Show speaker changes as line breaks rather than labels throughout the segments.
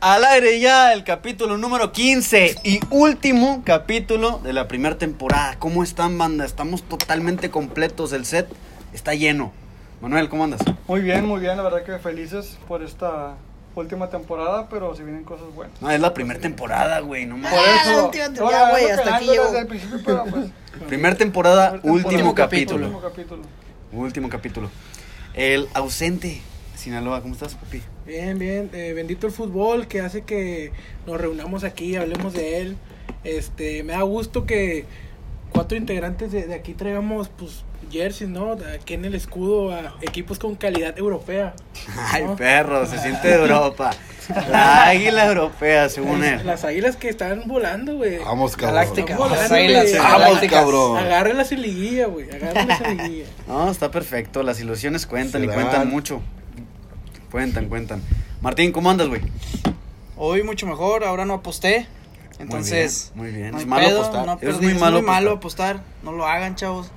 Al aire ya el capítulo número 15 y último capítulo de la primera temporada. ¿Cómo están, banda? Estamos totalmente completos. El set está lleno. Manuel, ¿cómo andas?
Muy bien, muy bien, la verdad que felices por esta última temporada, pero se vienen cosas buenas.
No, es la primera temporada, güey. No
Por
mames.
Ah,
eso,
no, tío, tío, ya, güey, hasta
ando
aquí llegó.
desde el principio, pero, pues,
Primera temporada,
primera
Ah, último
temporada,
capítulo.
último capítulo.
Último capítulo. El ausente. Sinaloa, ¿cómo estás, papi?
Bien, bien. eh, bendito el fútbol que hace que nos reunamos aquí, hablemos de él. Este, me da gusto que cuatro integrantes de, de aquí traigamos, pues, jerseys, ¿no? Aquí en el escudo a equipos con calidad europea.
Ay,
¿no?
perro, se siente de Europa. La águila europea, según
Las,
él.
las águilas que están volando, güey.
Vamos, cabrón.
Galáctica.
Las
Vamos,
águilas
güey.
Vamos,
galácticas.
cabrón.
Agárrenlas en liguilla, güey. Agárrenlas en liguilla.
No, está perfecto. Las ilusiones cuentan
Se
y
dan.
cuentan mucho. Cuentan, cuentan. Martín, ¿cómo andas, güey?
Hoy mucho mejor, ahora no aposté. Entonces,
Muy bien, muy bien.
no
Es
hay
malo
pedo,
apostar.
no
Es
perdí,
muy malo
apostar. No lo hagan, chavos.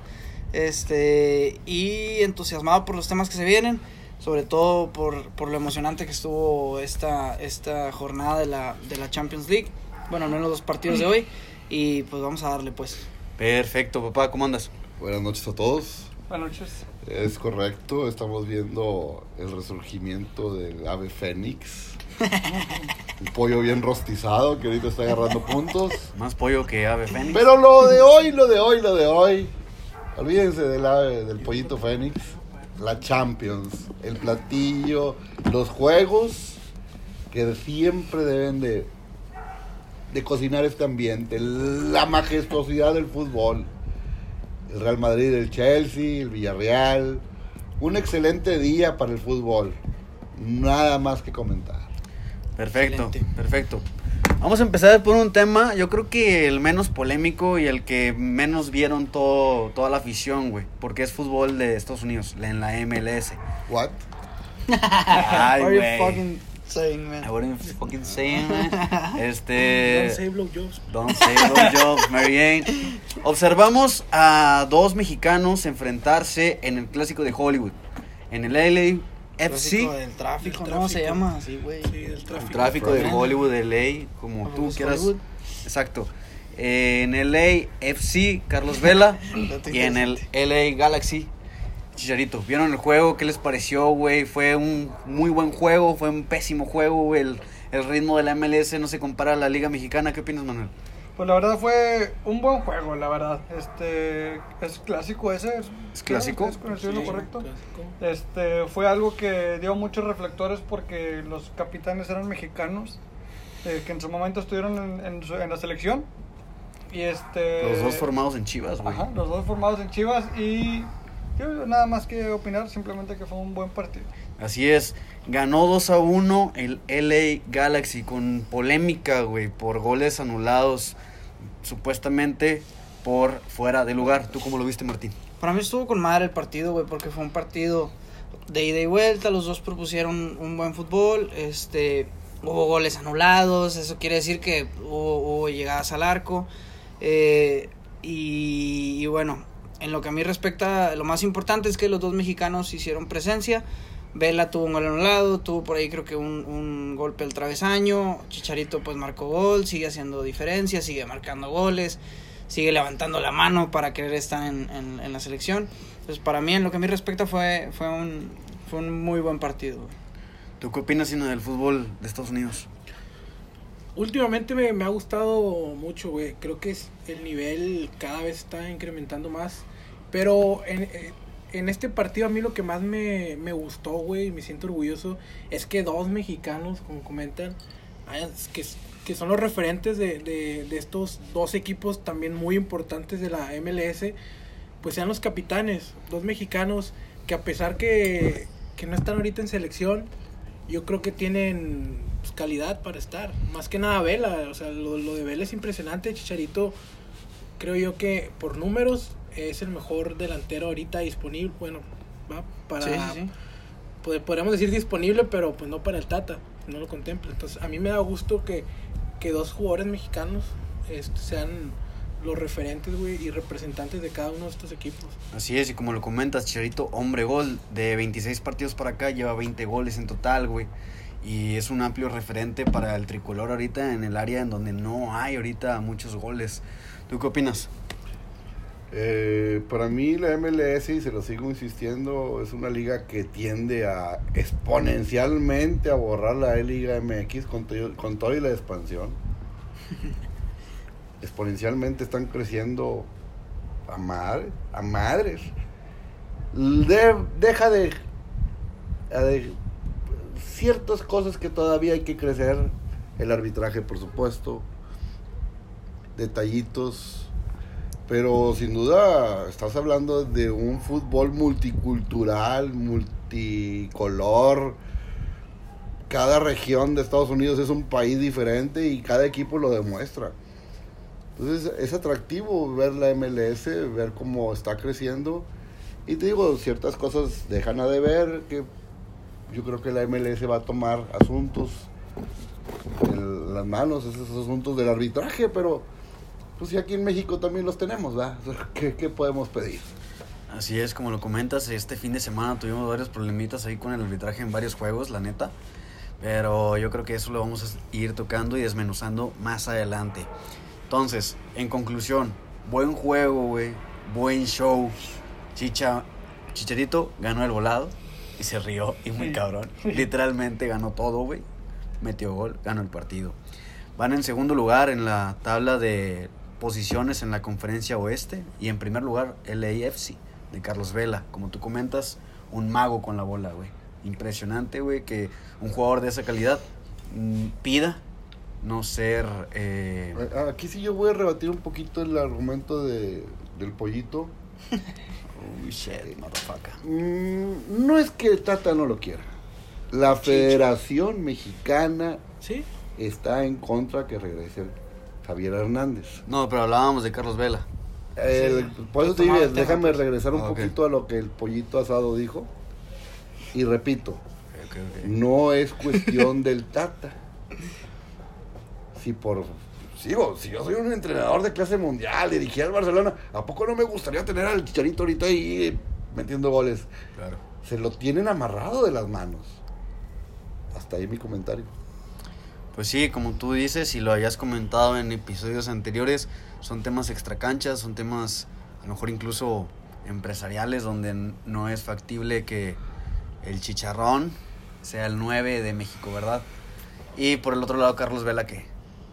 Este, y entusiasmado por los temas que se vienen, sobre todo por, por lo emocionante que estuvo esta, esta jornada de la, de la Champions League. Bueno, no en los dos partidos de hoy. Y pues vamos a darle, pues.
Perfecto, papá, ¿cómo andas?
Buenas noches a todos.
Buenas noches.
Es correcto, estamos viendo el resurgimiento del ave fénix. Un pollo bien rostizado que ahorita está agarrando puntos.
Más pollo que ave fénix.
Pues,
Pero lo de hoy, lo de hoy, lo de hoy. Olvídense del ave, del pollito fénix. La Champions, el platillo, los juegos que siempre deben de, de cocinar este ambiente. La majestuosidad del fútbol. El Real Madrid, el Chelsea, el Villarreal. Un excelente día para el fútbol. Nada más que comentar.
Perfecto,
Excelente.
perfecto. Vamos a empezar por un tema, yo creo que el menos polémico y el que menos vieron todo, toda la afición, güey. Porque es fútbol de Estados Unidos, la- en la MLS.
What?
Ay,
Are you
güey.
fucking saying, man?
Ahora fucking saying, güey.
Don't
Este...
say blowjobs.
Don't say no jobs, Mary Jane. Observamos a dos mexicanos enfrentarse en el clásico de Hollywood. En el LA FC.
Clásico del tráfico,
Del
¿no? Se
tráfico.
llama así, güey.
Sí, el eh, tráfico.
El tráfico de Hollywood, LA, como
Vamos,
tú quieras.
Hollywood.
Exacto. Eh, en LA FC, Carlos Vela.
No te
y en el LA Galaxy, Chicharito. ¿Vieron el juego? ¿Qué les pareció, güey? Fue un muy buen juego, fue un pésimo juego, güey. El, el ritmo de la MLS no se compara a la Liga Mexicana. ¿Qué opinas, Manuel?
Pues la verdad fue un buen juego, la verdad. Este, es clásico ese.
¿Es clásico?
Es, conocido lo
Sí,
correcto.
clásico.
Este, fue algo que dio muchos reflectores porque los capitanes eran mexicanos, eh, que en su momento estuvieron en, en su- en la selección. Y este...
Los dos formados en Chivas, güey.
Ajá, los dos formados en Chivas y yo nada más que opinar, simplemente que fue un buen partido.
Así es, ganó 2 a 1 el LA Galaxy con polémica, güey, por goles anulados supuestamente por fuera de lugar. ¿Tú cómo lo viste, Martín?
Para mí estuvo con madre el partido, güey, porque fue un partido de ida y vuelta, los dos propusieron un buen fútbol, este, hubo goles anulados, eso quiere decir que hubo, hubo llegadas al arco, eh, y, y bueno, en lo que a mí respecta, lo más importante es que los dos mexicanos hicieron presencia, Vela tuvo un gol anulado, tuvo por ahí creo que un, un golpe al travesaño, Chicharito pues marcó gol, sigue haciendo diferencia, sigue marcando goles, sigue levantando la mano para querer estar en, en- en la selección. Entonces, para mí, en lo que a mí respecta, fue, fue, un, fue un muy buen partido. güey.
¿Tú qué opinas, Sino, del fútbol de Estados Unidos?
Últimamente me, me ha gustado mucho, güey. Creo que es, el nivel cada vez está incrementando más. Pero en, eh, en este partido a mí lo que más me, me gustó, güey, y me siento orgulloso, es que dos mexicanos, como comentan, ah, es que, que son los referentes de, de- de estos dos equipos también muy importantes de la MLS, pues sean los capitanes, dos mexicanos que a pesar que, que no están ahorita en selección, yo creo que tienen pues, calidad para estar. Más que nada Vela, o sea, lo, lo de Vela es impresionante. Chicharito, creo yo que por números es el mejor delantero ahorita disponible. Bueno, va para.
Sí, sí, sí.
pod- podríamos decir disponible, pero pues no para el Tata, no lo contempla. Entonces, a mí me da gusto que, que dos jugadores mexicanos este, sean los referentes, güey, y representantes de cada uno de estos equipos.
Así es, y como lo comentas, Chicharito, hombre gol, de 26 partidos para acá, lleva 20 goles en total, güey. y es un amplio referente para el tricolor ahorita en el área en donde no hay ahorita muchos goles. ¿Tú qué opinas?
Eh, para mí la MLS, y se lo sigo insistiendo, es una liga que tiende a exponencialmente a borrar la E-Liga MX con, to- con todo y la expansión. exponencialmente están creciendo a, madre, a madres. De- deja de, a de- ciertas cosas que todavía hay que crecer. El arbitraje, por supuesto. Detallitos. Pero sin duda estás hablando de un fútbol multicultural, multicolor. Cada región de Estados Unidos es un país diferente y cada equipo lo demuestra. Entonces es atractivo ver la MLS, ver cómo está creciendo. Y te digo, ciertas cosas dejan a deber que yo creo que la MLS va a tomar asuntos en las manos, esos asuntos del arbitraje, pero pues sí, aquí en México también los tenemos, ¿verdad? ¿Qué, qué podemos pedir?
Así es, como lo comentas, este fin de semana tuvimos varios problemitas ahí con el arbitraje en varios juegos, la neta. Pero yo creo que eso lo vamos a ir tocando y desmenuzando más adelante. Entonces, en conclusión, buen juego, güey. Buen show. Chicha, Chicharito ganó el volado y se rió y muy cabrón. Literalmente ganó todo, güey. Metió gol, ganó el partido. Van en segundo lugar en la tabla de posiciones en la conferencia oeste y en primer lugar LAFC de Carlos Vela. Como tú comentas, un mago con la bola, güey. Impresionante, güey, que un jugador de esa calidad mm, pida no ser... eh,
Eh, Aquí sí yo voy a rebatir un poquito el argumento de, del pollito.
Uy, shit, motherfucker.
Mm, no es que el Tata no lo quiera. La Federación Mexicana
¿Sí?
está en contra que regrese Javier Hernández.
No, pero hablábamos de Carlos Vela.
El- por eso te
Retomaba
digo,
el tema,
déjame regresar un
Ah, ok.
poquito a lo que el pollito asado dijo. Y repito, no es cuestión del Tata. Si por sí, bo, si yo soy un entrenador de clase mundial, dirigí al Barcelona, ¿a poco no me gustaría tener al Chicharito ahorita ahí eh, metiendo goles?
Claro.
Se lo tienen amarrado de las manos. Hasta ahí mi comentario.
Pues sí, como tú dices y lo habías comentado en episodios anteriores, son temas extracanchas, son temas a lo mejor incluso empresariales donde n- no es factible que el chicharrón sea el 9 de México, ¿verdad? Y por el otro lado, Carlos Vela que,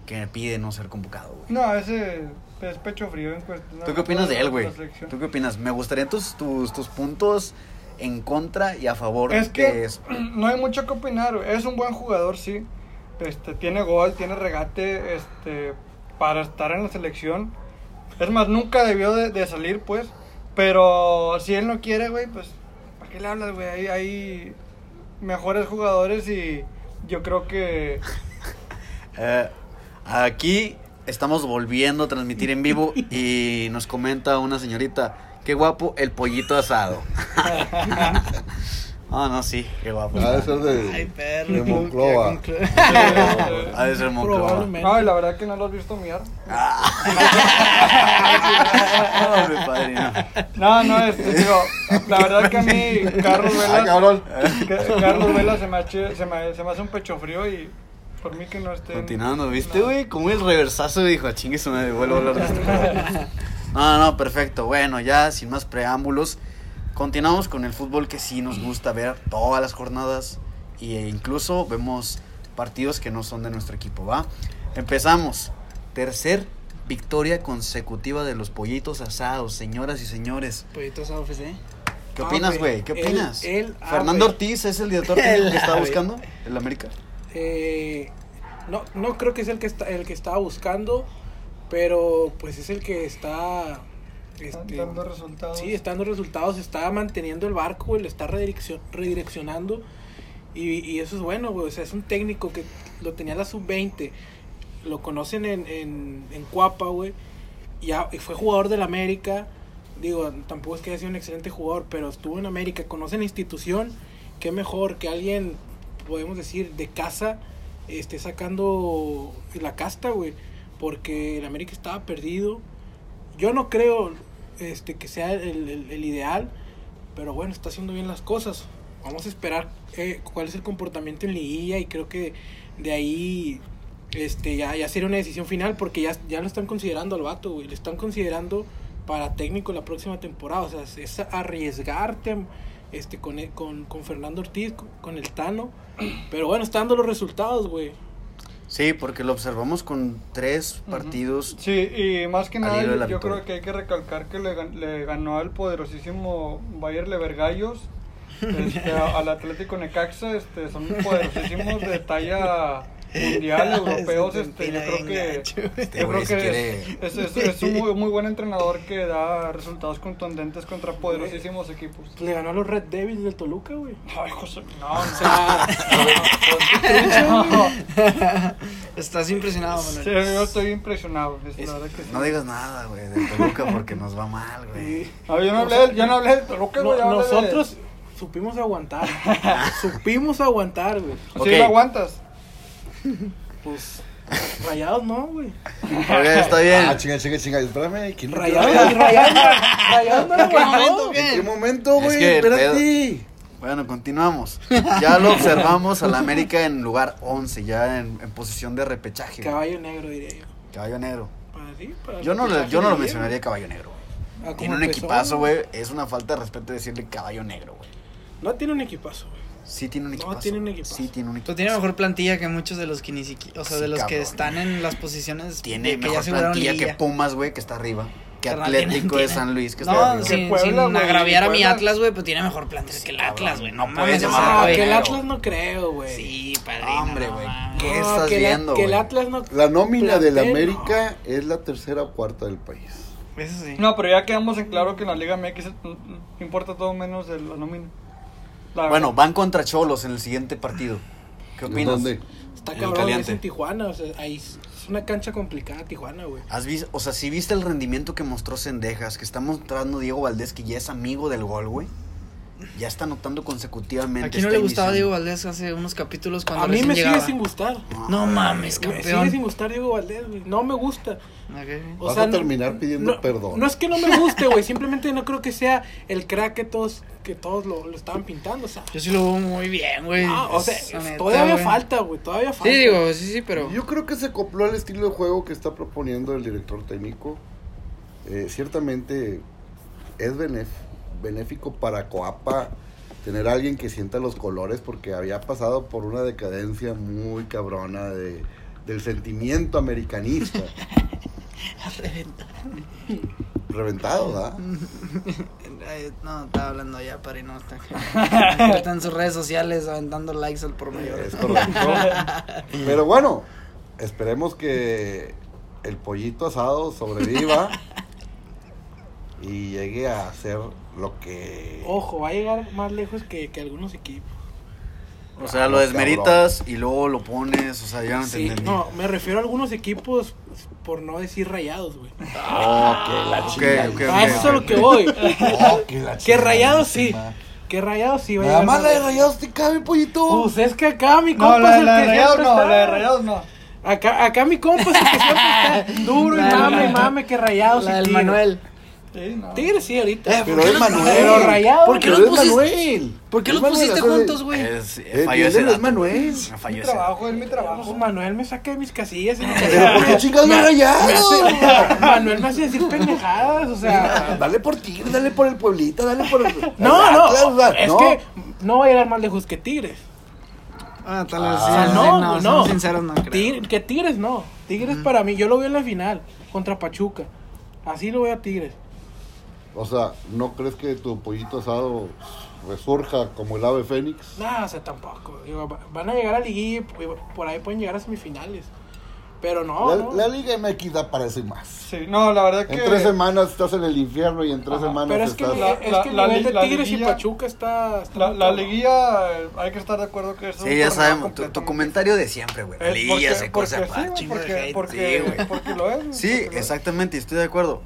que pide no ser convocado, güey.
No, ese es pecho frío en cuestión.
¿Tú qué opinas de él, güey?
la selección.
¿Tú qué opinas? Me gustaría tus, tus, tus puntos en contra y a favor
Es que
de eso.
no hay mucho que opinar. güey. Es un buen jugador, sí. Este, tiene gol, tiene regate este, para estar en la selección. Es más, nunca debió de, de salir, pues. Pero si él no quiere, güey, pues, ¿para qué le hablas, güey? Hay, hay mejores jugadores y yo creo que
Eh, aquí estamos volviendo a transmitir en vivo y nos comenta una señorita, qué guapo el pollito asado. Ah, no, sí, qué guapo.
Ha de ser de,
Ay, perro.
de Monclova.
este,
Ha de ser Monclova.
Probablemente.
No, y la verdad que no lo has visto miar.
Ah, mi padrino.
No, no, este, digo, la verdad que a mí Eh, Carlos
Ah,
Vela,
cabrón.
Ca- Carlos Vela se me, hace, se, me, se me hace un pecho frío y por mí que Este, no esté...
Continuando, ¿viste, güey? Como el reversazo dijo, a chingue se me vuelvo a hablar de esto. No, no, perfecto. Bueno, ya sin más preámbulos, continuamos con el fútbol que sí nos gusta ver todas las jornadas e incluso vemos partidos que no son de nuestro equipo, ¿va? Empezamos. Tercer victoria consecutiva de los pollitos asados, señoras y señores.
Pollitos a OFC.
¿Qué
Ah,
opinas,
güey.
güey? ¿Qué
El-
opinas?
el- ah,
Fernando
güey.
Ortiz es el director técnico que
El-
estaba
ah,
buscando, el América.
Eh, no, no creo que es el que está, el que estaba buscando, pero pues es el que está este,
dando resultados.
Sí, está dando resultados, está manteniendo el barco, güey, lo está redireccio- redireccionando. Y, y eso es bueno, güey. O sea, es un técnico que lo tenía la sub-20. Lo conocen en, en, en Cuapa, güey. Y, ha- y fue jugador del América. Digo, tampoco es que haya sido un excelente jugador, pero estuvo en América. Conoce la institución. Qué mejor que alguien, podemos decir, de casa esté sacando la casta, güey. Porque el América estaba perdido. Yo no creo este, que sea el, el- el ideal, pero bueno, está haciendo bien las cosas. vamos a esperar eh, cuál es el comportamiento en liguilla y creo que de ahí este ya, ya sería una decisión final porque ya, ya lo están considerando al vato, güey. Lo están considerando para técnico la próxima temporada. O sea, es- es arriesgarte este, con, e- con, con Fernando Ortiz, con, con el Tano. Pero bueno, está dando los resultados, güey.
Sí, porque lo observamos con tres partidos.
Sí, y más que
Al
nada,
hilo de la
yo
victoria.
creo que hay que recalcar que le, gan- le ganó al poderosísimo Bayer Levergallos este, a- al Atlético Necaxa. Este, son poderosísimos de talla mundial, europeos. Este, yo
Argentina
creo
bien
que,
gacho,
yo
güey.
creo
Este güey se
que es,
quiere-
es, es- es un muy, muy buen entrenador que da resultados contundentes contra poderosísimos equipos.
Le ganó a los Red Devils del Toluca, güey.
Ay, José, no, no.
O sea,
Ah,
No.
Estás impresionado,
Sí,
Manuel.
yo estoy impresionado. es la verdad que sí.
No digas nada, güey, de Toluca porque nos va mal, güey.
No, yo no hablé, yo no hablé de Toluca,
no-
güey, yo hablé de-
nosotros supimos aguantar. supimos aguantar, güey.
Sí,
Ok.
lo aguantas.
Pues rayados no, güey.
Ok, está
Ah,
bien.
chinga, chinga, chinga. Espérame, ¿quién lo
Rayados,
grabó?
rayados, no- rayados no lo
¿En qué
aguantó.
momento
¿En qué
qué?
momento, güey?
que el
Espérate.
Bueno, continuamos. Ya lo observamos al América en lugar 11, ya en, en posición de repechaje. güey.
Caballo negro, diría yo.
Caballo negro.
Para ti, para
Yo no, le-
repechaje
yo no lo
de
mencionaría caballo negro. güey.
Ah, como
Tiene un
empezó,
equipazo, güey. Es una falta de respeto decirle caballo negro, güey.
No tiene un equipazo, güey.
Sí tiene un
No,
equipazo.
tiene un
güey.
equipazo.
Sí tiene un equipazo.
Tú tienes mejor plantilla que muchos de los que ni siquiera, o sea, de
Sí,
los que
cabrón.
están en las posiciones
Tiene
de que
mejor
aseguraron
plantilla que
liguilla.
Pumas, güey, que está arriba. Que
Carnal,
Atlético de
tienen-
San Luis, que está
No,
arriba.
sin,
Que Puebla,
sin
güey,
agraviar a mi
Puebla-
Atlas, güey, pues tiene mejor plantel que el
cabrón,
Atlas, güey.
no
No,
puedes
mames,
llamar
ese
a
Ah,
güey.
que el
Negro.
Atlas no creo, güey.
Sí, padrino.
Hombre,
no
güey.
mames.
¿Qué
No,
estás
que el At-
viendo,
Que el
güey?
Atlas no.
La nómina del
plantel,
América es la tercera o cuarta del país.
Eso sí.
No, pero ya quedamos en claro que en la Liga MX mm, importa todo menos el- la nómina. La-
Bueno, van contra Cholos en el siguiente partido. ¿Qué opinas?
¿Dónde?
Está
El
cabrón,
caliente.
es en Tijuana. O sea, ahí es es una cancha complicada, Tijuana, güey.
¿Has visto, o sea, si viste el rendimiento que mostró Sendejas, que está mostrando Diego Valdés, que ya es amigo del gol, güey. Ya está anotando consecutivamente.
¿A quién no
está
le gustaba Diego
iniciando.
Valdés hace unos capítulos cuando
A mí me
llegaba?
sigue sin gustar.
No mames,
Me sigue sin
campeón.
gustar Diego Valdés, güey. No me gusta.
Ok.
Vas a terminar pidiendo
no-
perdón.
No es que no me guste, güey. Simplemente no creo que sea el crack que todos, que todos lo, lo estaban pintando. O sea,
Yo sí lo veo muy bien, güey.
Ah, o sea,
Esa neta,
todavía
güey.
falta, güey. Todavía falta.
Sí, digo, sí, sí, pero.
Yo creo que se acopló al estilo de juego que está proponiendo el director técnico. Eh, ciertamente es benef- benéfico para Coapa tener a alguien que sienta los colores porque había pasado por una decadencia muy cabrona de, del sentimiento americanista. Reventado, ¿verdad?
Eh, No, estaba hablando ya, pero no está. acá. Está en sus redes sociales aventando likes al por mayor.
Es correcto. Pero bueno, esperemos que el pollito asado sobreviva y llegue a hacer lo que...
Ojo, va a llegar más lejos que, que algunos equipos.
O sea, lo
Ah,
desmeritas y luego lo pones. O sea, ya no te
Sí,
entendí.
no, me refiero a algunos equipos por no decir rayados, güey.
Oh, que la
Ok,
chingada.
ok,
A Ah, eso es a lo que voy.
Oh, que la
que
chingada.
rayados sí. Que rayados sí, va a
Nada
llegar
más la
más
de
lejos.
rayados te cabe, pollito.
Pues es que acá mi compa
No, la,
es el
la
que
de Rayados
siempre
no,
está.
la de Rayados no.
Acá, acá mi compa es el que siempre está duro y
La-
mame,
la-
y mame, que rayados
La
y
del
Tigres.
Manuel.
Sí, no.
Tigres sí, ahorita.
Pero es
Pero
Manuel.
rayados.
¿Por qué
Pero
los
es
pusiste-
Manuel.
¿Por qué
Es
los
Manuel,
pusiste
o sea,
juntos, güey?
Es,
Eh,
falló ese
dile, es
dato.
Manuel.
Me
Es mi
falló ese dato.
trabajo, es mi
Pues
trabajo.
Manuel me saca de mis casillas. y me-
Pero ¿por qué chingados no rayados?
Manuel me hace decir pendejadas, o sea.
Dale por Tigres, dale por el pueblito, dale por el...
No, no.
Atlas, Ah, o sea,
es
no.
que no va a llegar más lejos que Tigres.
Ah, tal vez.
Ah.
sí,
O sea,
sí,
no, no.
no, seamos sinceros, no creo.
Tigre- que Tigres no. Tigres para mí, yo lo veo en la final contra Pachuca. Así lo veo a Tigres.
O sea, ¿no crees que tu pollito asado resurja como el ave fénix?
No, o sea, tampoco. Digo, va- van a llegar a liguilla y por- por ahí pueden llegar a semifinales. Pero no,
la,
no.
la Liga MX da para eso y más.
Sí, no, la verdad que.
En tres semanas estás en el infierno y en tres
Ajá,
semanas
pero es que,
estás...
la-
es
la-
que el
la
nivel
li-
de
la
Tigres y
liguilla-
Pachuca está... está
La,
muy
la
cabrón.
liguilla, eh, hay que estar de acuerdo que es. un
Sí, ya
torneo
sabemos. Tu,
completamente-
tu comentario de siempre, güey. La
Es
liguilla
porque-
se
porque
cosa
sí,
pa'
güey,
ah, chingo de
porque-
gente,
porque-
sí, güey.
Porque lo es.
Sí,
porque lo es.
exactamente, estoy de acuerdo.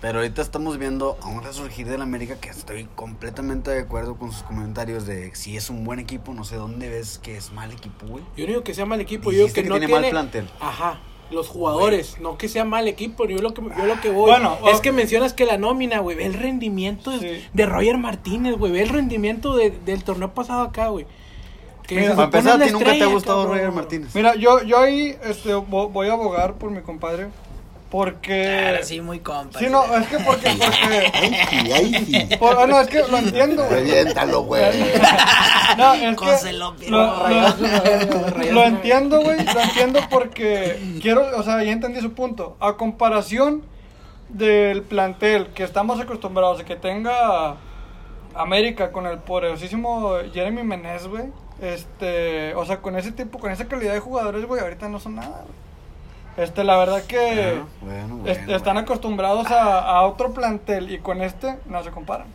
Pero ahorita estamos viendo a un resurgir del América que estoy completamente de acuerdo con sus comentarios de si es un buen equipo, no sé dónde ves que es mal equipo, güey.
Yo no digo que sea mal equipo, yo digo
Dijiste
que,
que
no
tiene
tiene...
mal plantel.
Ajá. Los jugadores, no que sea mal equipo, yo lo que, yo lo que voy
Bueno,
es
o-
que mencionas que la nómina, güey, ve el rendimiento de,
Sí.
de Roger Martínez, güey, ve el rendimiento de- del torneo pasado acá, güey. Que
Mira,
se
para
supone
empezar, a
la
ti nunca te ha
estrella,
gustado
cabrón.
Roger Martínez.
Mira, yo, yo ahí este, vo- voy a abogar por mi compadre. Porque.
Ahora sí, muy compa.
Sí, no, es que porque. porque
Ay, sí, ay, sí.
por- ah, no, es que lo entiendo, güey.
Reviéntalo, güey.
No, es que.
Cóselo, pero-
Lo, lo- lo entiendo, güey. Lo entiendo porque. Quiero. O sea, ya entendí su punto. A comparación del plantel que estamos acostumbrados a que tenga América con el poderosísimo Jeremy Menez, güey. Este. O sea, con ese tipo, con esa calidad de jugadores, güey, ahorita no son nada, güey. Este, la verdad que.
Bueno, bueno,
Est-
Ah, bueno,
están
bueno.
acostumbrados a, a otro plantel y con este no se comparan.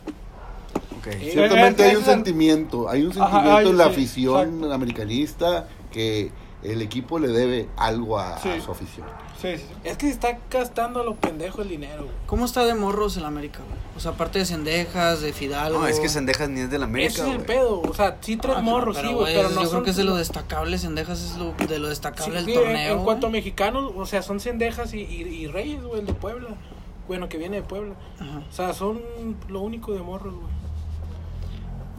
Ok.
Ciertamente
Eh, eh,
hay
ese es
un
el-
sentimiento, hay un
Ajá,
sentimiento
ay,
en la
sí,
afición
exacto.
americanista que el equipo le debe algo a, a
Sí.
su afición.
Sí, sí, sí.
Es que se está gastando a los pendejos el dinero, güey.
¿Cómo está de morros el América, güey? O sea, aparte de Cendejas, de Fidalgo.
No, es que Sendejas ni es del
Ese
América,
es el
güey.
pedo, o sea, sí tres
Ah,
morros,
pero,
sí,
güey,
güey, pero
es-
no
Yo
son-
creo que es de lo destacable, Cendejas es lo, de lo
Sí,
destacable del
en-
torneo.
En,
güey.
cuanto a mexicanos, o sea, son Cendejas y, y- y Reyes, güey, el de Puebla. Bueno, que viene de Puebla.
Ajá.
O sea, son lo único de morros, güey.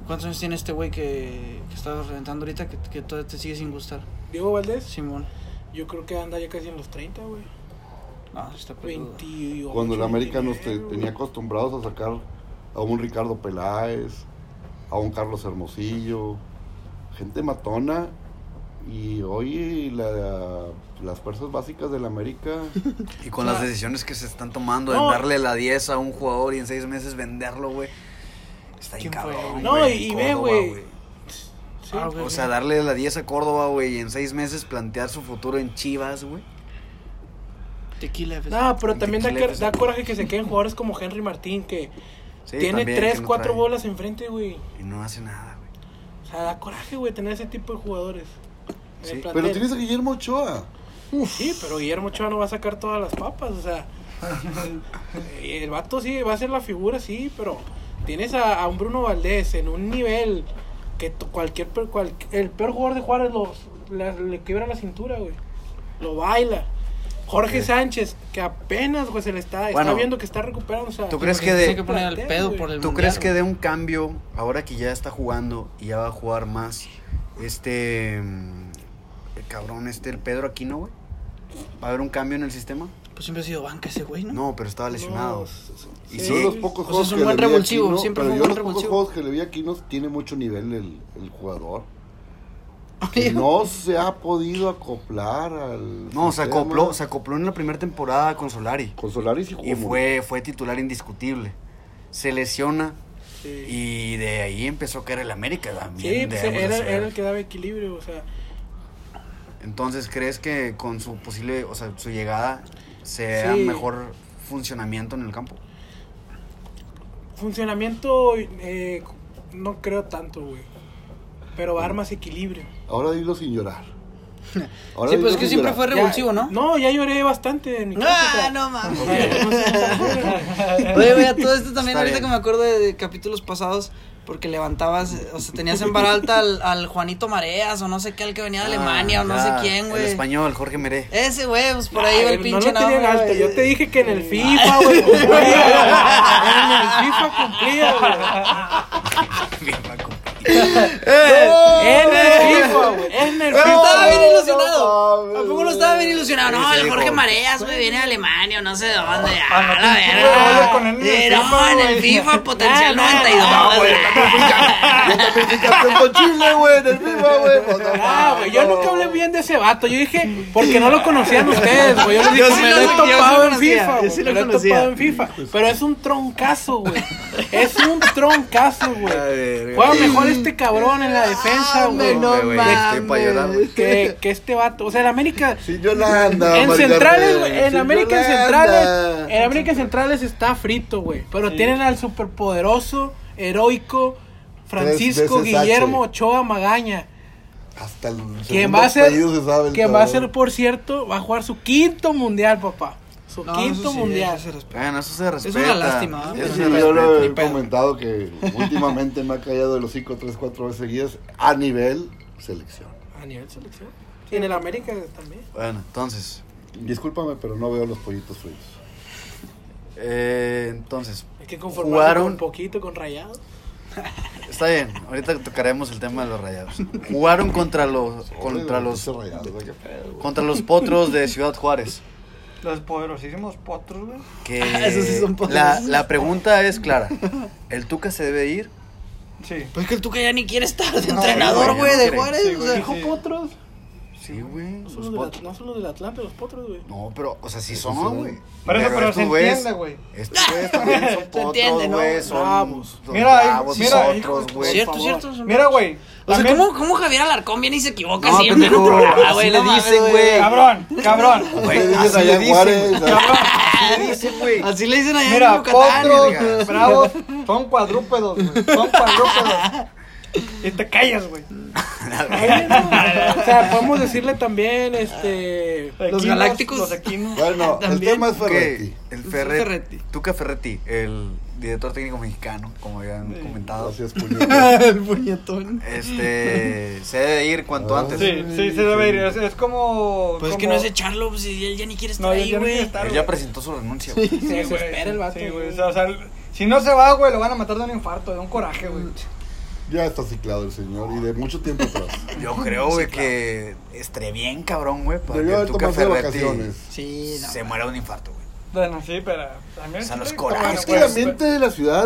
¿Cuántos años tiene este güey que, que está reventando ahorita que, que todavía te sigue sin gustar?
Diego Valdés,
Simón.
yo creo que anda ya casi en los 30, güey.
No, sí Ah, está peludo.
28.
Cuando el América nos te-
29,
tenía acostumbrados a sacar a un Ricardo Peláez, a un Carlos Hermosillo, gente matona. Y hoy la- las fuerzas básicas del América,
Y con las decisiones que se están tomando
No.
de darle la 10 a un jugador y en 6 meses venderlo, güey. Está bien
¿Quién fue?
cabrón,
No,
güey,
y- y
Córdoba,
ve, güey. Sí.
Ah, güey.
O sea, darle la 10 a Córdoba, güey, y en 6 meses plantear su futuro en Chivas, güey.
Tequila, pues.
No, pero también da,
Tequila,
da coraje que se queden jugadores como Henry Martín, que
Sí,
tiene
también, que
3,
no
4
trae.
bolas enfrente, güey.
Y no hace nada, güey.
O sea, da coraje, güey, tener ese tipo de jugadores. en el
Sí.
plantel.
pero tienes a Guillermo Ochoa.
Sí, pero Guillermo Ochoa no va a sacar todas las papas, o sea. el vato sí va a ser la figura, sí, pero tienes a, a un Bruno Valdés en un nivel que tu- cualquier, per- cual- el peor jugador de Juárez los, la- le quiebra la cintura, güey. Lo baila. Jorge Sánchez, que apenas, güey, se le está, está
Bueno.
viendo que está recuperando, o sea,
¿Tú crees
Porque
que
tiene
de-
que poner al
plantel,
pedo
güey.
por el
¿Tú
mundial,
crees que
güey.
dé un cambio ahora que ya está jugando y ya va a jugar más este mm, el cabrón este el Pedro Aquino, güey? ¿Va a haber un cambio en el sistema?
Pues siempre ha sido banca ese güey, ¿no?
No, pero estaba lesionado.
No, s- s-
Y
Y
sí.
yo los pocos
O sea,
juegos
es un
que
buen
le vi a
revulsivo,
Aquino-
siempre
pero
fue un
yo los
buen
pocos
revulsivo.
juegos que le vi aquí nos tiene mucho nivel el, el jugador. Que no se ha podido acoplar al.
No, se
sistema.
acopló, se acopló en la primera temporada con Solari.
Con Solari sí jugó
Y
muy
fue, fue titular indiscutible. Se lesiona y de ahí empezó a caer el América también.
Sí, pues,
debemos
era,
hacer.
era el que daba equilibrio, o sea.
Entonces, ¿crees que con su posible, o sea, su llegada sea
Sí.
mejor funcionamiento en el campo?
Funcionamiento, eh, no creo tanto, güey. Pero armas equilibrio.
Ahora dilo sin llorar. Ahora
sí, pues
dilo
es que
sin
siempre fue
llorar.
revulsivo,
Ya- eh,
¿no?
No, ya lloré bastante en mi
Ah,
casa.
no mames.
no.
Oye, güey, a todo esto también,
Está
ahorita
bien.
que me acuerdo de, de capítulos pasados, porque levantabas, eh, o sea, tenías en vara alta al, al Juanito Mareas, o no sé qué, al que venía de Alemania,
Ah,
o no
ya,
sé quién,
El
güey.
español, Jorge Meré.
Eh,
Ese, güey, pues por ahí va el pinche
no lo tenía en
nombre,
alto.
güey.
Yo te dije que en el FIFA, güey. cumplía, güey. En el FIFA cumplía, güey.
Bien, Paco.
En el FIFA, güey. En el
Pero estaba
FIFA.
bien
güey.
ilusionado.
No mames,
¿A poco no estaba bien ilusionado?
Sí,
No,
sí,
el Jorge
dijo.
Mareas, güey, viene de Alemania, o no sé de dónde.
Ah, no
Ah,
te
la
incluyas, oye, con él
verga.
en el
Sí, No,
FIFA,
en el
güey.
FIFA potencial
No, no,
92.
no, güey,
Yo también fui campeón con Chile, güey, del FIFA, güey. Pues, no
Ah, güey, yo
mames,
nunca hablé bien de ese vato. Yo dije, porque no lo conocían ustedes, güey. Yo les dije,
Yo sí
me
lo-
lo he
yo sí lo
topado en
conocía,
FIFA,
yo
güey.
sí
me
lo
lo he
conocía.
topado en FIFA. Pero es un troncazo, güey. Es un troncazo,
A ver, güey.
güey. Juega mejor este cabrón en la
Ah,
defensa, güey.
no
que-
mames. Estoy pa' llorar, güey.
Que, que este vato. O sea, el América.
Sin Yolanda.
En
Margarita,
centrales, güey, en
sin
América en
Yolanda.
centrales, eh, en América en centrales está frito, güey. Pero
Sí.
tienen al superpoderoso, heroico Francisco
veces H.
Guillermo Ochoa Magaña.
Hasta el
Quien
segundo
va a ser,
apellido se sabe el
quien va a
cabrón.
ser, por cierto, va a jugar su quinto mundial, papá. Su
No,
quinto
eso sí,
mundial.
eso se respeta.
Bueno, eso se respeta.
lástima, ¿eh?
Eso
Sí,
se
yo lo
respeta.
he comentado que últimamente me ha callado los 5, 3, 4 veces seguidas a nivel selección.
A nivel selección. Y en el América también.
Bueno, entonces,
Discúlpame, pero no veo los pollitos fritos.
Eh, entonces,
Hay que conformarse
Jugaron-
con poquito, con rayados.
está bien. Ahorita tocaremos el tema de los rayados. Jugaron contra los, contra los,
Pinches rayados, güey, qué pedo, güey.
contra los potros de Ciudad Juárez.
Los poderosísimos potros, güey.
Que
Ah, esos sí son
la,
poderosos.
la pregunta es clara. ¿El Tuca se debe ir?
Sí.
Pues que el Tuca ya ni quiere estar de
No,
entrenador,
güey,
güey,
no
de
quiere.
Juárez.
Sí,
o
güey.
sea,
Dijo potros.
Sí, güey.
No
los
solo, del,
potros.
At- no solo del Atlante, los potros, güey.
No, pero, o sea, sí
Eso
son,
sí.
güey.
Pero eso, pero se
estos güeyes-
entiende, güey.
Estos güeyes también son
Se
potros,
entiende, ¿no?
güey. Son
Bravos.
son
Mira, ahí-
bravos,
mira,
son
ahí-
otros, güey.
Cierto,
por favor.
cierto.
Mira, güey.
O sea,
también-
¿cómo, ¿cómo Javier Alarcón viene y se equivoca
No,
siempre?
pendejo,
Ah,
así le
no mames,
dicen, güey.
Cabrón, cabrón.
Güey,
Así le
así
dicen
le
allá en
dicen,
Juárez.
cabrón, así le dicen, güey.
Así le dicen allá en
Mira,
Yucatán. verga.
potros, bravos, son cuadrúpedos, güey. Son cuadrúpedos. Y te callas, güey.
o sea, podemos decirle también, este...
Los
Equinos,
galácticos.
Los equinos.
Bueno, el
También.
tema es Ferretti.
Ok, El
Tuca
Ferretti.
Ferretti.
Tuca Ferretti, el director técnico mexicano, como habían comentado.
Gracias, puñetas.
el puñetón.
Este, se debe ir cuanto
Ah.
antes.
Sí, sí, sí, debe ir. Es, es como.
Pues es que
como-
no es echarlo, pues si él ya ni quiere estar
No, ya-
ahí,
ya no quiere
güey.
estar,
Él ya presentó su renuncia, güey.
Se
Sí, güey.
desespera el vato,
Sí, güey.
güey.
O sea, o sea, el- si no se va, güey, lo van a matar de un infarto, de un coraje, güey.
Ya está ciclado el señor y de mucho tiempo atrás.
Yo creo, güey, que estaré bien cabrón, güey, para
Debió
que
haber
el Tuca
tomado
Ferretti
vacaciones.
Sí, no.
se muera de un infarto, güey.
Bueno, sí, pero también.
O sea, los
sí,
corajes
Es
como-
que
bueno,
la
Pues,
mente de la ciudad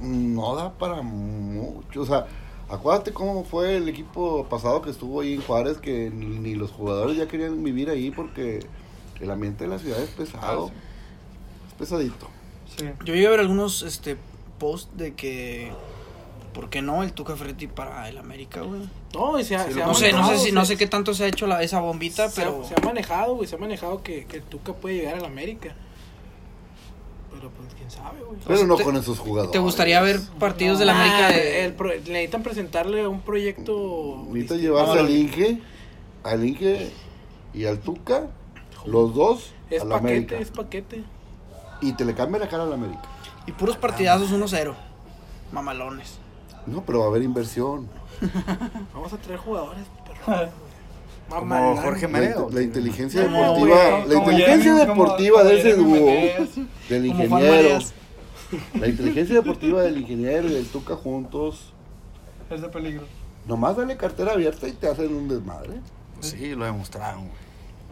no da para mucho. O sea, acuérdate cómo fue el equipo pasado que estuvo ahí en Juárez, que ni, ni los jugadores ya querían vivir ahí porque el ambiente de la ciudad es
Ah,
pesado. Es pesadito.
Sí.
Yo llegué a ver algunos este, posts de que. ¿Por qué no el Tuca Ferretti para el América, güey?
No, y se ha,
Sí,
se
lo
ha
No sé, no sé,
manejado,
si, no
se-
sé qué tanto se ha hecho la, esa bombita,
se,
pero.
ha, se ha manejado, güey. Se ha manejado que, que Tuca puede llegar al América. Pero pues quién sabe, güey.
Pero
sea,
no
te-
con esos jugadores.
¿Te gustaría ver partidos de la
Ah,
América de.?
el pro- necesitan presentarle un proyecto.
Necesita
distinto.
llevarse
Este, No,
al Inge, al Inge y al Tuca, los dos,
Es
a la
paquete,
América.
es paquete.
Y te le cambia la cara a la América.
Y puros partidazos 1-0. Mamalones.
No, pero va a haber inversión.
Vamos a traer jugadores, perro.
Ah.
Como
Mamalán.
Jorge
La,
Mereo.
inte- la inteligencia
No,
deportiva,
güey,
la
como
inteligencia
Jeremy- como-
deportiva
como
de ese
Jeremy
dúo,
Menez.
del
Como Juan
ingeniero,
Marías.
la inteligencia deportiva del ingeniero y del Tuca juntos,
Es de peligro.
nomás dale cartera abierta y te hacen un desmadre.
Pues Sí, lo demostraron, güey.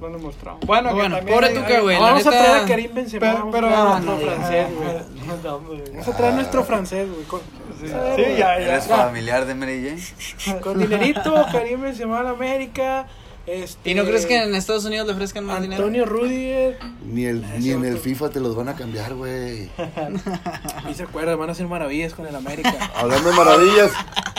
Lo han demostrado. Bueno, que
Bueno,
también
pobre
hay-
Tuca,
hay-
güey, la
Vamos a
neta-
traer a Karim Benzema.
Pero,
vamos
pero
a
no,
traer a nuestro
no,
francés, güey.
No, hombre.
Vamos a traer a nuestro francés, güey. Con,
Sí, sí, ya,
Él es
ya.
familiar de Mary Jane.
con dinerito, Karim Benzema al América. Este,
¿Y no crees que en Estados Unidos le ofrezcan más dinero?
Antonio Rudiger.
Ni, el, ni en el FIFA te los van a cambiar, güey.
Y se acuerda, van a hacer maravillas con el América.
Hablando de maravillas,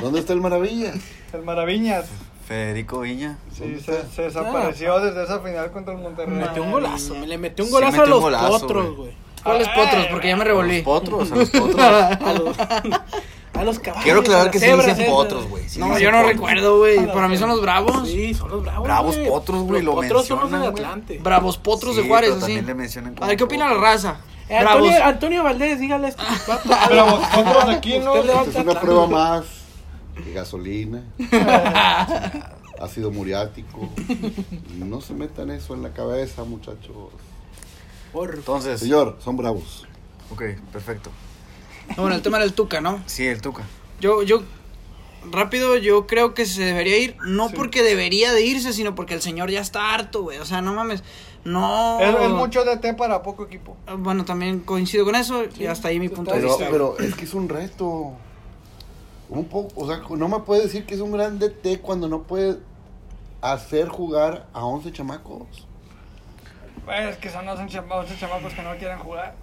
¿dónde está el maravillas?
El Maraviñas.
Federico Viña.
Sí, se, se desapareció desde esa final contra el Monterrey.
metió un golazo, me le metió un
Sí,
golazo
metió un
a los
golazo,
potros,
güey.
güey.
¿Cuáles potros? Porque ya me
A los
revolví.
potros, a los potros.
A los, a los caballos.
Quiero
a
aclarar
las
que sí le
cebras, ¿eh?
dicen
esas.
potros, güey. sí le
No,
dicen
yo no
potros.
recuerdo, güey. Para mí son los bravos.
Sí, son los bravos.
Bravos
güey.
potros, güey,
Los
lo
potros son los del
mencionan, güey.
Atlante.
Bravos potros
Sí,
de Juárez,
pero
así.
también le mencionan como
A ver, ¿qué opina la
potros.
raza?
Eh,
Bravos.
Antonio, Antonio Valdés, dígale este esto.
Pero vosotros aquí no.
Usted le va-
Esta es una prueba más de gasolina, ácido muriático. No se metan eso en la cabeza, muchachos.
Entonces,
Señor, son bravos.
ok, perfecto.
Bueno, el tema era el Tuca, ¿no?
Sí, el Tuca.
Yo, yo, rápido, yo creo que se debería ir, no porque debería de irse, sino porque el señor ya está harto, güey. O sea, no mames, no.
Es, es mucho DT para poco equipo.
Bueno, también coincido con eso y hasta ahí mi punto de
Pero,
vista.
pero es que es un reto. Un poco, o sea, no me puede decir que es un gran DT cuando no puede hacer jugar a 11 chamacos.
Pues, Es que son 11 chama- 11 chamacos que no quieren jugar.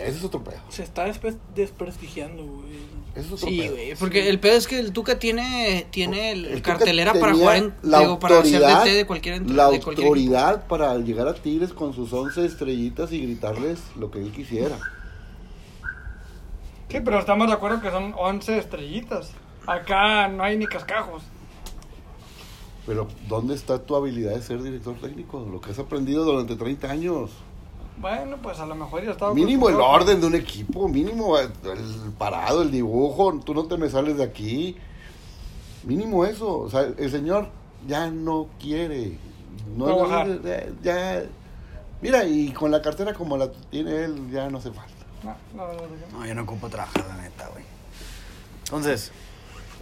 Ese es otro pedo.
Se está despe- desprestigiando, güey.
Ese es otro
Sí,
pedo.
güey, porque el pedo es que el Tuca tiene, tiene el,
El Tuca
cartelera para
tenía
jugar en,
la
digo, para ser
autoridad-
DT de cualquier entre-
La
de cualquier equipo.
autoridad para llegar a Tigres con sus 11 estrellitas y gritarles lo que él quisiera.
Sí, pero estamos de acuerdo que son 11 estrellitas. Acá no hay ni cascajos.
Pero, ¿dónde está tu habilidad de ser director técnico? Lo que has aprendido durante 30 años.
Bueno, pues a lo mejor ya estaba.
Mínimo el
acostumbrado.
orden de un equipo, mínimo el parado, el dibujo, tú no te me sales de aquí. Mínimo eso, o sea, el señor ya no quiere. No
Trabajar.
ya- ya Mira, y con la cartera como la tiene él, ya no hace falta.
Ah, No, la verdad es que no.
No, yo no ocupo trabajar, la neta, güey. Entonces,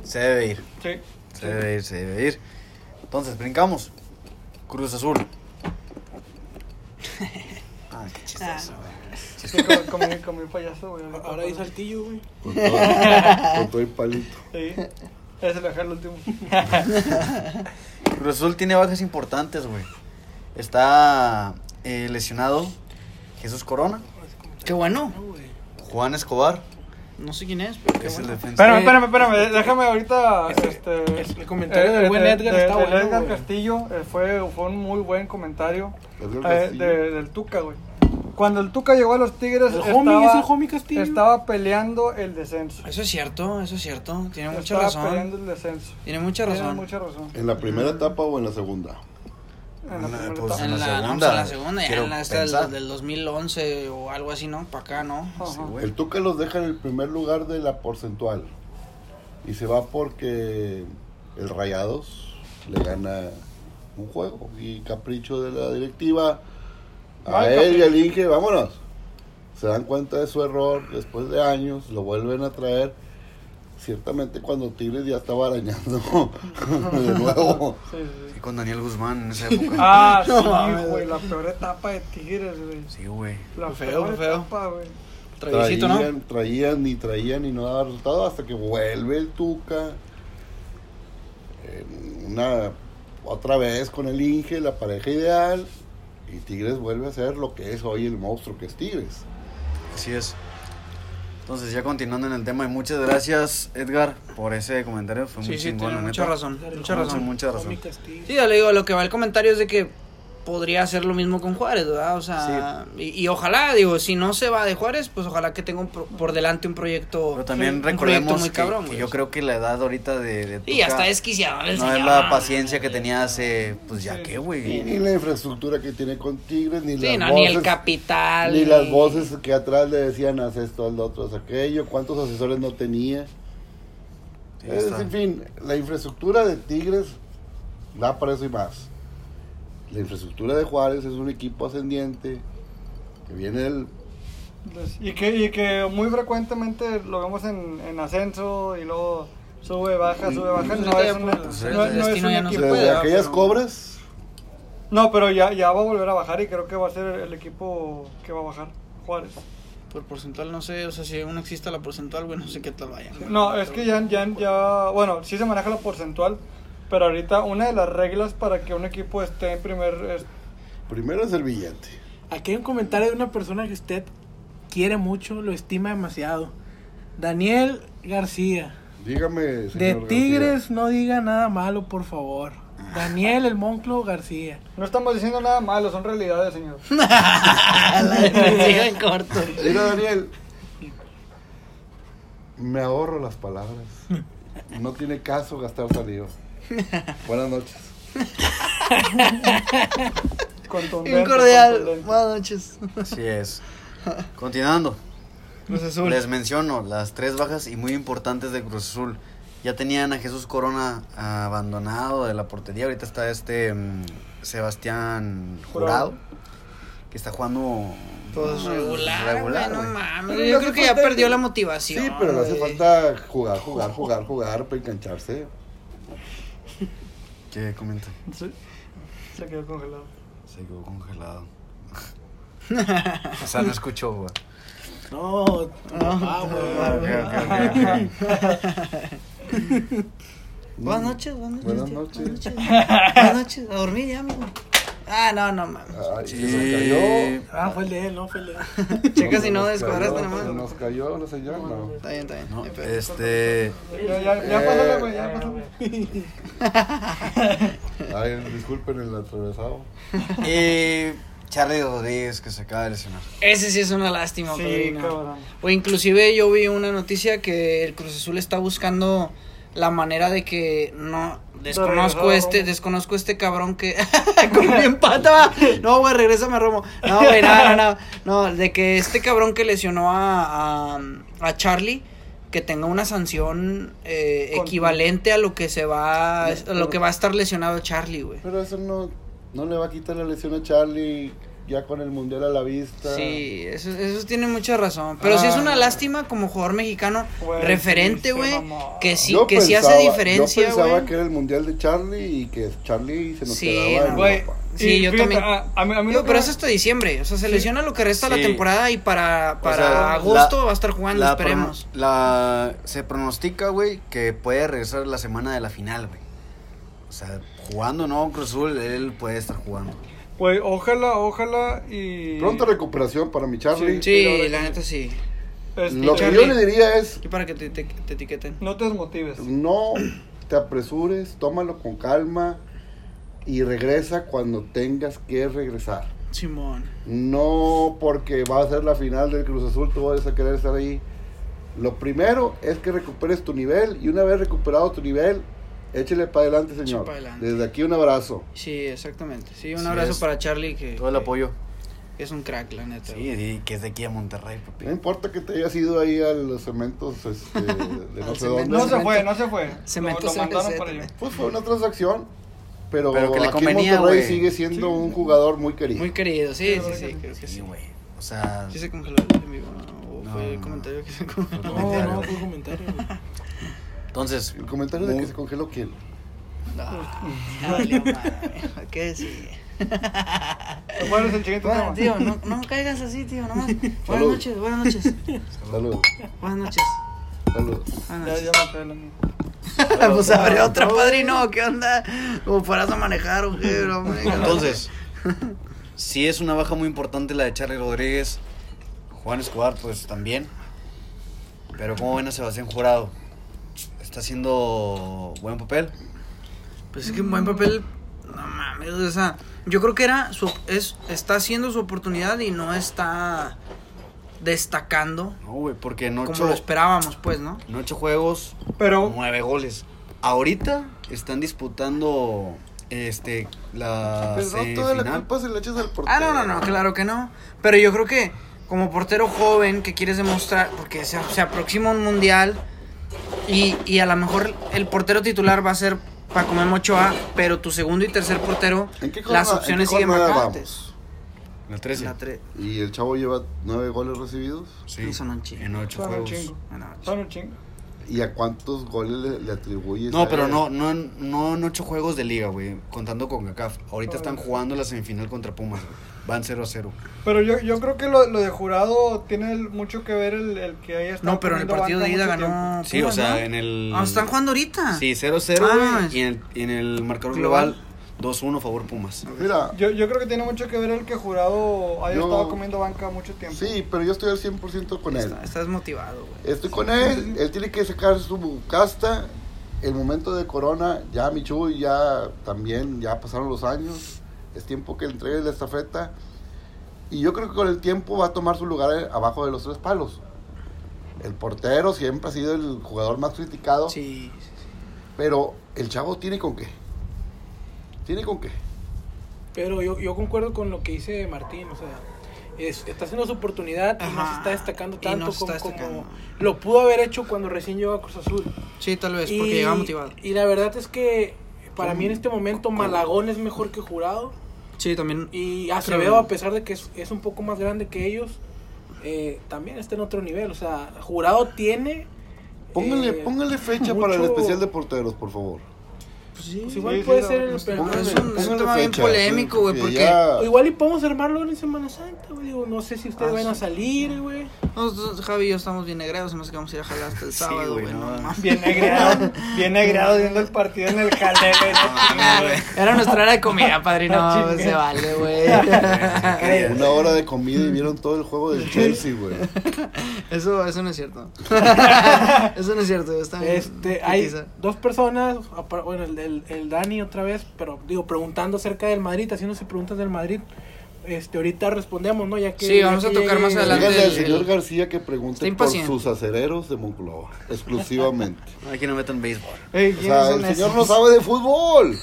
se debe ir.
Sí.
Se debe ir, se debe ir. Entonces, brincamos. Cruz Azul. Ah, qué chistoso, güey.
Sí, como, como, mi- como mi payaso, güey.
Ahora hay saltillo, güey.
Con todo, con todo el palito.
Sí. Ese lo dejé el último.
Cruz Azul tiene bajas importantes, güey. Está eh, lesionado Jesús Corona,
Qué bueno.
No, güey.
Juan Escobar,
No sé quién es, pero
que
qué
es el
bueno.
defensa.
Espérame, espérame, espérame. Déjame ahorita. este,
es- el comentario del buen Edgar está
del
bueno,
Edgar
güey.
Castillo eh, fue, fue un muy buen comentario
Edgar
eh,
Castillo.
de- del Tuca, güey. Cuando el Tuca llegó a los Tigres,
El
estaba,
homie, es el homie Castillo.
estaba peleando el descenso.
Eso es cierto, eso es cierto. Tiene mucha
estaba
razón.
peleando el descenso.
Tiene mucha
Tiene
razón.
mucha razón.
¿En la primera etapa o en la segunda?
En la
Una-
primera
pues,
etapa.
en
En
la
la, no, pues,
segunda,
en la segunda, ya
quiero
en la esta del-
pensar.
del, 2011 o algo así, ¿no? Para acá, ¿no?
Ajá.
Sí, güey.
El Tuca los deja en el primer lugar de la porcentual. Y se va porque el Rayados le gana un juego. Y capricho de la directiva. A
Ay,
él y al Inge, vámonos. Se dan cuenta de su error después de años, lo vuelven a traer. Ciertamente cuando Tigres ya estaba arañando de nuevo.
Sí, sí, sí.
Y con Daniel Guzmán en esa época.
Ah, sí,
No mames,
güey.
güey.
La peor etapa de Tigres, güey.
Sí, güey.
La
Fue feo,
peor
fue feo.
etapa, güey.
Travisito, ¿no?
traían, traían y traían y no daba resultado hasta que vuelve el Tuca. En Una otra vez con el Inge, la pareja ideal. Y Tigres vuelve a ser lo que es hoy el monstruo que es Tigres.
Así es. Entonces, ya continuando en el tema, y muchas gracias, Edgar, por ese comentario. Fue muy
Sí, sí,
chingón,
tiene
la
mucha
neta.
razón. Mucha
Mucha,
razón.
mucha razón.
Homie Castillo.
Sí, ya le digo, lo que va el comentario es de que podría hacer lo mismo con Juárez, ¿verdad? O sea, y, y ojalá, digo, si no se va de Juárez, pues ojalá que tenga un pro- por delante un proyecto.
Pero también
un proyecto
recordemos
muy
que,
cabrón,
que
güey.
yo creo que la edad ahorita de, de
Y
Tuca
ya está desquiciado. el
no es
señor.
la paciencia que tenía hace, pues ya
Sí.
que,
Y
güey.
ni la infraestructura que tiene con Tigres, ni las
Sí, no,
voces.
ni el capital.
ni las voces que atrás le decían haz esto, haz lo otro, haz aquello, cuántos asesores no tenía.
Sí,
Es,
está.
en fin, la infraestructura de Tigres da para eso y más. La infraestructura de Juárez es un equipo ascendiente que viene el
Entonces, Y que, y que muy frecuentemente lo vemos en, en ascenso y luego sube, baja, sube, baja.
Pues
No es,
ahorita ya,
una-
pues,
no- no
el
es
destino
un
ya no se
equipo
desde
puede,
ya,
aquellas
pero-
cobras.
No, pero ya, ya va a volver a bajar y creo que va a ser el equipo que va a bajar. Juárez.
Por porcentual, no sé, o sea, si aún existe la porcentual, güey, no sé qué tal vaya.
No, es que ya, ya, ya, bueno, sí se maneja la porcentual, pero ahorita una de las reglas para que un equipo esté en primer... es-
Primero es el billete.
Aquí hay un comentario de una persona que usted quiere mucho, lo estima demasiado. Daniel García.
Dígame,
De
señor
Tigres
García.
no diga nada malo, por favor. Daniel el Monclo García.
no estamos diciendo nada malo, son realidades, señor.
la defensiva en corto.
Mira, Daniel. Me ahorro las palabras. No tiene caso gastar salido. Buenas noches.
Contundente.
Un cordial.
contundente.
Buenas noches.
Así es. Continuando,
Cruz Azul.
les menciono las tres bajas y muy importantes de Cruz Azul. Ya tenían a Jesús Corona abandonado de la portería. Ahorita está este mm, Sebastián Jurado, que está jugando
Pues
mm,
regular,
regular,
güey,
güey.
no mames.
Pero le
Yo
hace
creo que ya
falta-
perdió la motivación.
Sí, pero le hace
güey.
falta jugar, jugar, jugar, jugar para engancharse.
¿Qué comenta?
Sí. Se quedó congelado.
Se quedó congelado. o sea, no escuchó, güey.
No, ah, güey.
Buenas noches, buenas noches.
Buenas
tío.
noches.
Buenas noches. Buenas noches. A dormir ya, amigo. Ah, no, no mames.
Ay, se nos
Y-
cayó.
Ah, fue el de él, no fue el de él.
Checa si
Se
no
nos
descuadraste
cayó, Se
nada más.
nos cayó la señal, no.
Está bien, está bien.
No,
Ay, pero-
este.
Ya, ya, ya
Eh,
pásale, güey, ya pásale.
Ay, disculpen el atravesado.
Y Charlie Rodríguez, que se acaba de lesionar.
Ese sí es una lástima,
Sí,
padrino.
cabrón.
O inclusive yo vi una noticia que el Cruz Azul está buscando la manera de que no desconozco
regresar a
este
Romo.
desconozco este cabrón que con bien pata va. no güey regrésame a Romo no güey no, no no no de que este cabrón que lesionó a a, a Charlie que tenga una sanción eh,
Con-
equivalente a lo que se va a lo que va a estar lesionado Charlie güey
Pero eso no, no le va a quitar la lesión a Charlie. ya con el mundial a la vista.
Sí, eso, eso tiene mucha razón. Pero sí es una
Ah.
lástima como jugador mexicano
Güey,
referente,
sí,
güey.
se mamó.
Que sí,
Yo
que sí
pensaba-
hace diferencia,
Yo pensaba
güey.
que era el mundial de Charlie y que Charlie se nos
Sí,
quedaba en
no.
Güey,
Europa.
Sí,
y
yo
fíjate,
también.
a- a mí- a mí
Digo,
lo que
pero
me-
eso hasta diciembre. O sea, se lesiona lo que resta de
Sí.
la temporada y para, para
sea,
agosto
la-
va a estar jugando,
La
esperemos.
prono- la- se pronostica, güey, que puede regresar la semana de la final, güey. O sea, jugando no Cruz Azul, él puede estar jugando.
Güey, ojalá, ojalá y...
Pronta recuperación para mi Charlie.
Sí, la
Sí,
verdad
la
que
neta sí.
este,
Lo que
Charlie.
yo le diría es,
Y para que te, te- te etiqueten.
No te desmotives.
no te apresures, tómalo con calma y regresa cuando tengas que regresar.
Simón.
No porque va a ser la final del Cruz Azul, tú vas a querer estar ahí. Lo primero es que recuperes tu nivel y una vez recuperado tu nivel, échele para adelante, señor.
pa' adelante.
Desde aquí un abrazo.
Sí, exactamente. Sí, un
Sí,
abrazo
es-
para Charlie, que,
Todo el apoyo.
que es un crack, la neta.
Sí,
güey.
y que es de aquí a Monterrey, papi.
No importa que te hayas ido ahí a los cementos este, de no
Al
sé
cemento.
dónde.
No se
Cemento.
fue, no se fue.
Cemento
lo, lo mandaron
CNC
para allá.
también.
Pues fue una transacción, pero,
Pero que le
aquí en
convenía,
Monterrey
güey.
sigue siendo un jugador muy querido.
Muy querido, sí,
Sí,
sí,
la
sí,
verdad que
creo que
Sí,
sí.
güey. O sea,
Sí se congeló el en vivo, ¿no? O
No,
fue el
no.
comentario que se congeló.
No,
No,
Comentario,
no,
güey.
fue comentario. güey.
entonces.
El comentario de
muy-
que se congeló quién.
Ah, ya valió madre. ¿Qué decir?
Bueno, es el siguiente
Bueno,
tema.
tío, no, no caigas así, tío, nomás. Buenas
Salud.
noches, buenas noches.
Saludos.
Buenas noches.
Saludos.
Ya,
Buenas
ya
noches.
me trae la mía.
pues abre otra, padrino, ¿qué onda? ¿O fueras a manejar o qué, bro? hombre?
Entonces, sí es una baja muy importante la de Charlie Rodríguez. Juan Escobar, pues también. Pero ¿cómo ven a Sebastián Jurado? Está haciendo buen papel.
Pues es que buen papel, no mames, o sea, yo creo que era su, es, está haciendo su oportunidad y no está destacando
No, güey, porque en
como
ocho,
lo esperábamos, pues, ¿no?
en ocho juegos,
Pero,
nueve goles. Ahorita están disputando este la
Pero Pues, no toda la
semifinal.
culpa se le echas al portero.
Ah, no, no, no, claro que no. Pero yo creo que como portero joven que quieres demostrar, porque se, se aproxima un mundial y, y a lo mejor el portero titular va a ser Paco Memo Ochoa, pero tu segundo y tercer portero,
¿En qué
las
jornada- en
opciones
qué
siguen
jornada
vacantes.
La 13.
La tres-
Y el chavo lleva nueve goles recibidos.
Sí,
Son un chingo.
en ocho
son un
juegos.
chingo.
bueno,
Son un chingo.
¿Y a cuántos goles le, le atribuyes?
No,
a
pero
él?
no, no, en- no en ocho juegos de liga, güey. Contando con CACAF. Ahorita están jugando la semifinal contra Pumas, güey. Van 0 a 0.
Pero yo, yo creo que lo, lo de jurado tiene el- mucho que ver el, el que haya estado
no, pero en el
poniendo
partido de
banca mucho
ida ganó.
Sí, o
Pumas,
sea,
¿no?
en el.
Ah, están jugando ahorita.
Sí, 0 a 0,
Ah,
güey.
es-
Y en el, y en el marcador
Global.
global, 2-1 favor Pumas.
Mira,
tiempo. Yo, yo creo que tiene mucho que ver el que jurado haya
Yo-
estado comiendo banca mucho tiempo.
sí, pero yo estoy al 100% con él.
Está- estás motivado, güey.
Estoy con él, él tiene que sacar su casta. El momento de Corona, ya Michu, ya también, ya pasaron los años. Es tiempo que le entregue la estafeta. Y yo creo que con el tiempo va a tomar su lugar eh, abajo de los tres palos. El portero siempre ha sido el jugador más criticado.
Sí.
Pero el chavo tiene con qué. Tiene con qué.
Pero yo, yo concuerdo con lo que dice Martín, o sea, es- está haciendo su oportunidad y no
Ajá,
se está destacando
y
tanto
no se
como,
está destacando.
como lo pudo haber hecho cuando recién llegó a Cruz Azul.
Sí, tal vez, Pues, porque llegaba motivado.
y la verdad es que para mí en este momento Malagón es mejor que Jurado
Sí, también.
y
Creo-
Acevedo, a pesar de que es, es un poco más grande que ellos, eh, también está en otro nivel. O sea, Jurado tiene...
Póngale,
eh,
póngale fecha para el
mucho-
especial de porteros, por favor.
pues
Sí,
igual
Sí, sí,
puede
no,
ser el-
no
el-
Póngale,
Pues es un- es un
póngale
tema bien
fecha,
polémico,
sí,
güey,
que
porque-
ya-
O Pues Igual y podemos armarlo en Semana Santa, güey. Digo, no sé si ustedes
Ah,
van a
sí.
salir, güey.
Nosotros, Javi y yo estamos bien negreados, además que vamos a ir a jalar hasta el
Sí,
sábado,
güey,
güey. no
no.
mames.
Bien negreado, bien negreado viendo el partido en el jaleo. güey, no chingues, güey.
Era nuestra hora de comida,
Ah,
padrino.
chinga.
se vale, güey. Ah, eh.
Una hora de comida y vieron todo el juego del Chelsea, güey.
Eso, eso no es cierto. eso no es cierto. yo estaba-
Este, hay
Quizá.
dos personas, apar- bueno, el, el, el Dani otra vez, pero digo, preguntando acerca del Madrid, haciéndose preguntas del Madrid. Este, ahorita respondemos, ¿no? Ya que.
Sí,
ya
vamos a
que
tocar
llegue-
más adelante
Díganle al
el-
señor
el-
García que
Está
pregunte por
impaciente.
sus acereros de Monclova, exclusivamente.
Aquí no metan béisbol.
Ey,
O
¿quiénes
sea,
son
el
esos?
señor no sabe de fútbol.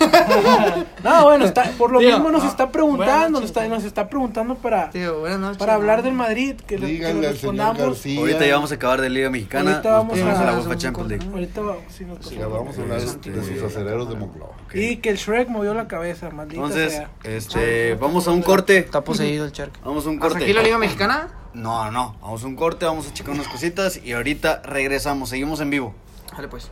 No, bueno, está, por lo
Tío,
mismo nos
no.
está preguntando,
Bueno,
nos está, nos está preguntando para,
Tío, buenas noches.
para hablar
¿no?
del Madrid, que le, que
Díganle
le
al señor
respondamos.
García.
Ahorita ya vamos a acabar de Liga Mexicana.
Ahorita
nos
vamos
pasamos
a-
a la UEFA Champions League.
Ahorita vamos, sí, nos
Ya
Este,
vamos a hablar de de sus acereros de Monclova.
Ok.
Y que el Shrek movió la cabeza, maldita
Entonces,
sea.
Ah,
este, vamos a un corte.
Está poseído el charque.
Vamos a un
Hasta
corte.
aquí la Liga Mexicana.
No, no. Vamos a un corte, vamos a checar unas cositas y ahorita regresamos. Seguimos en vivo.
Dale pues.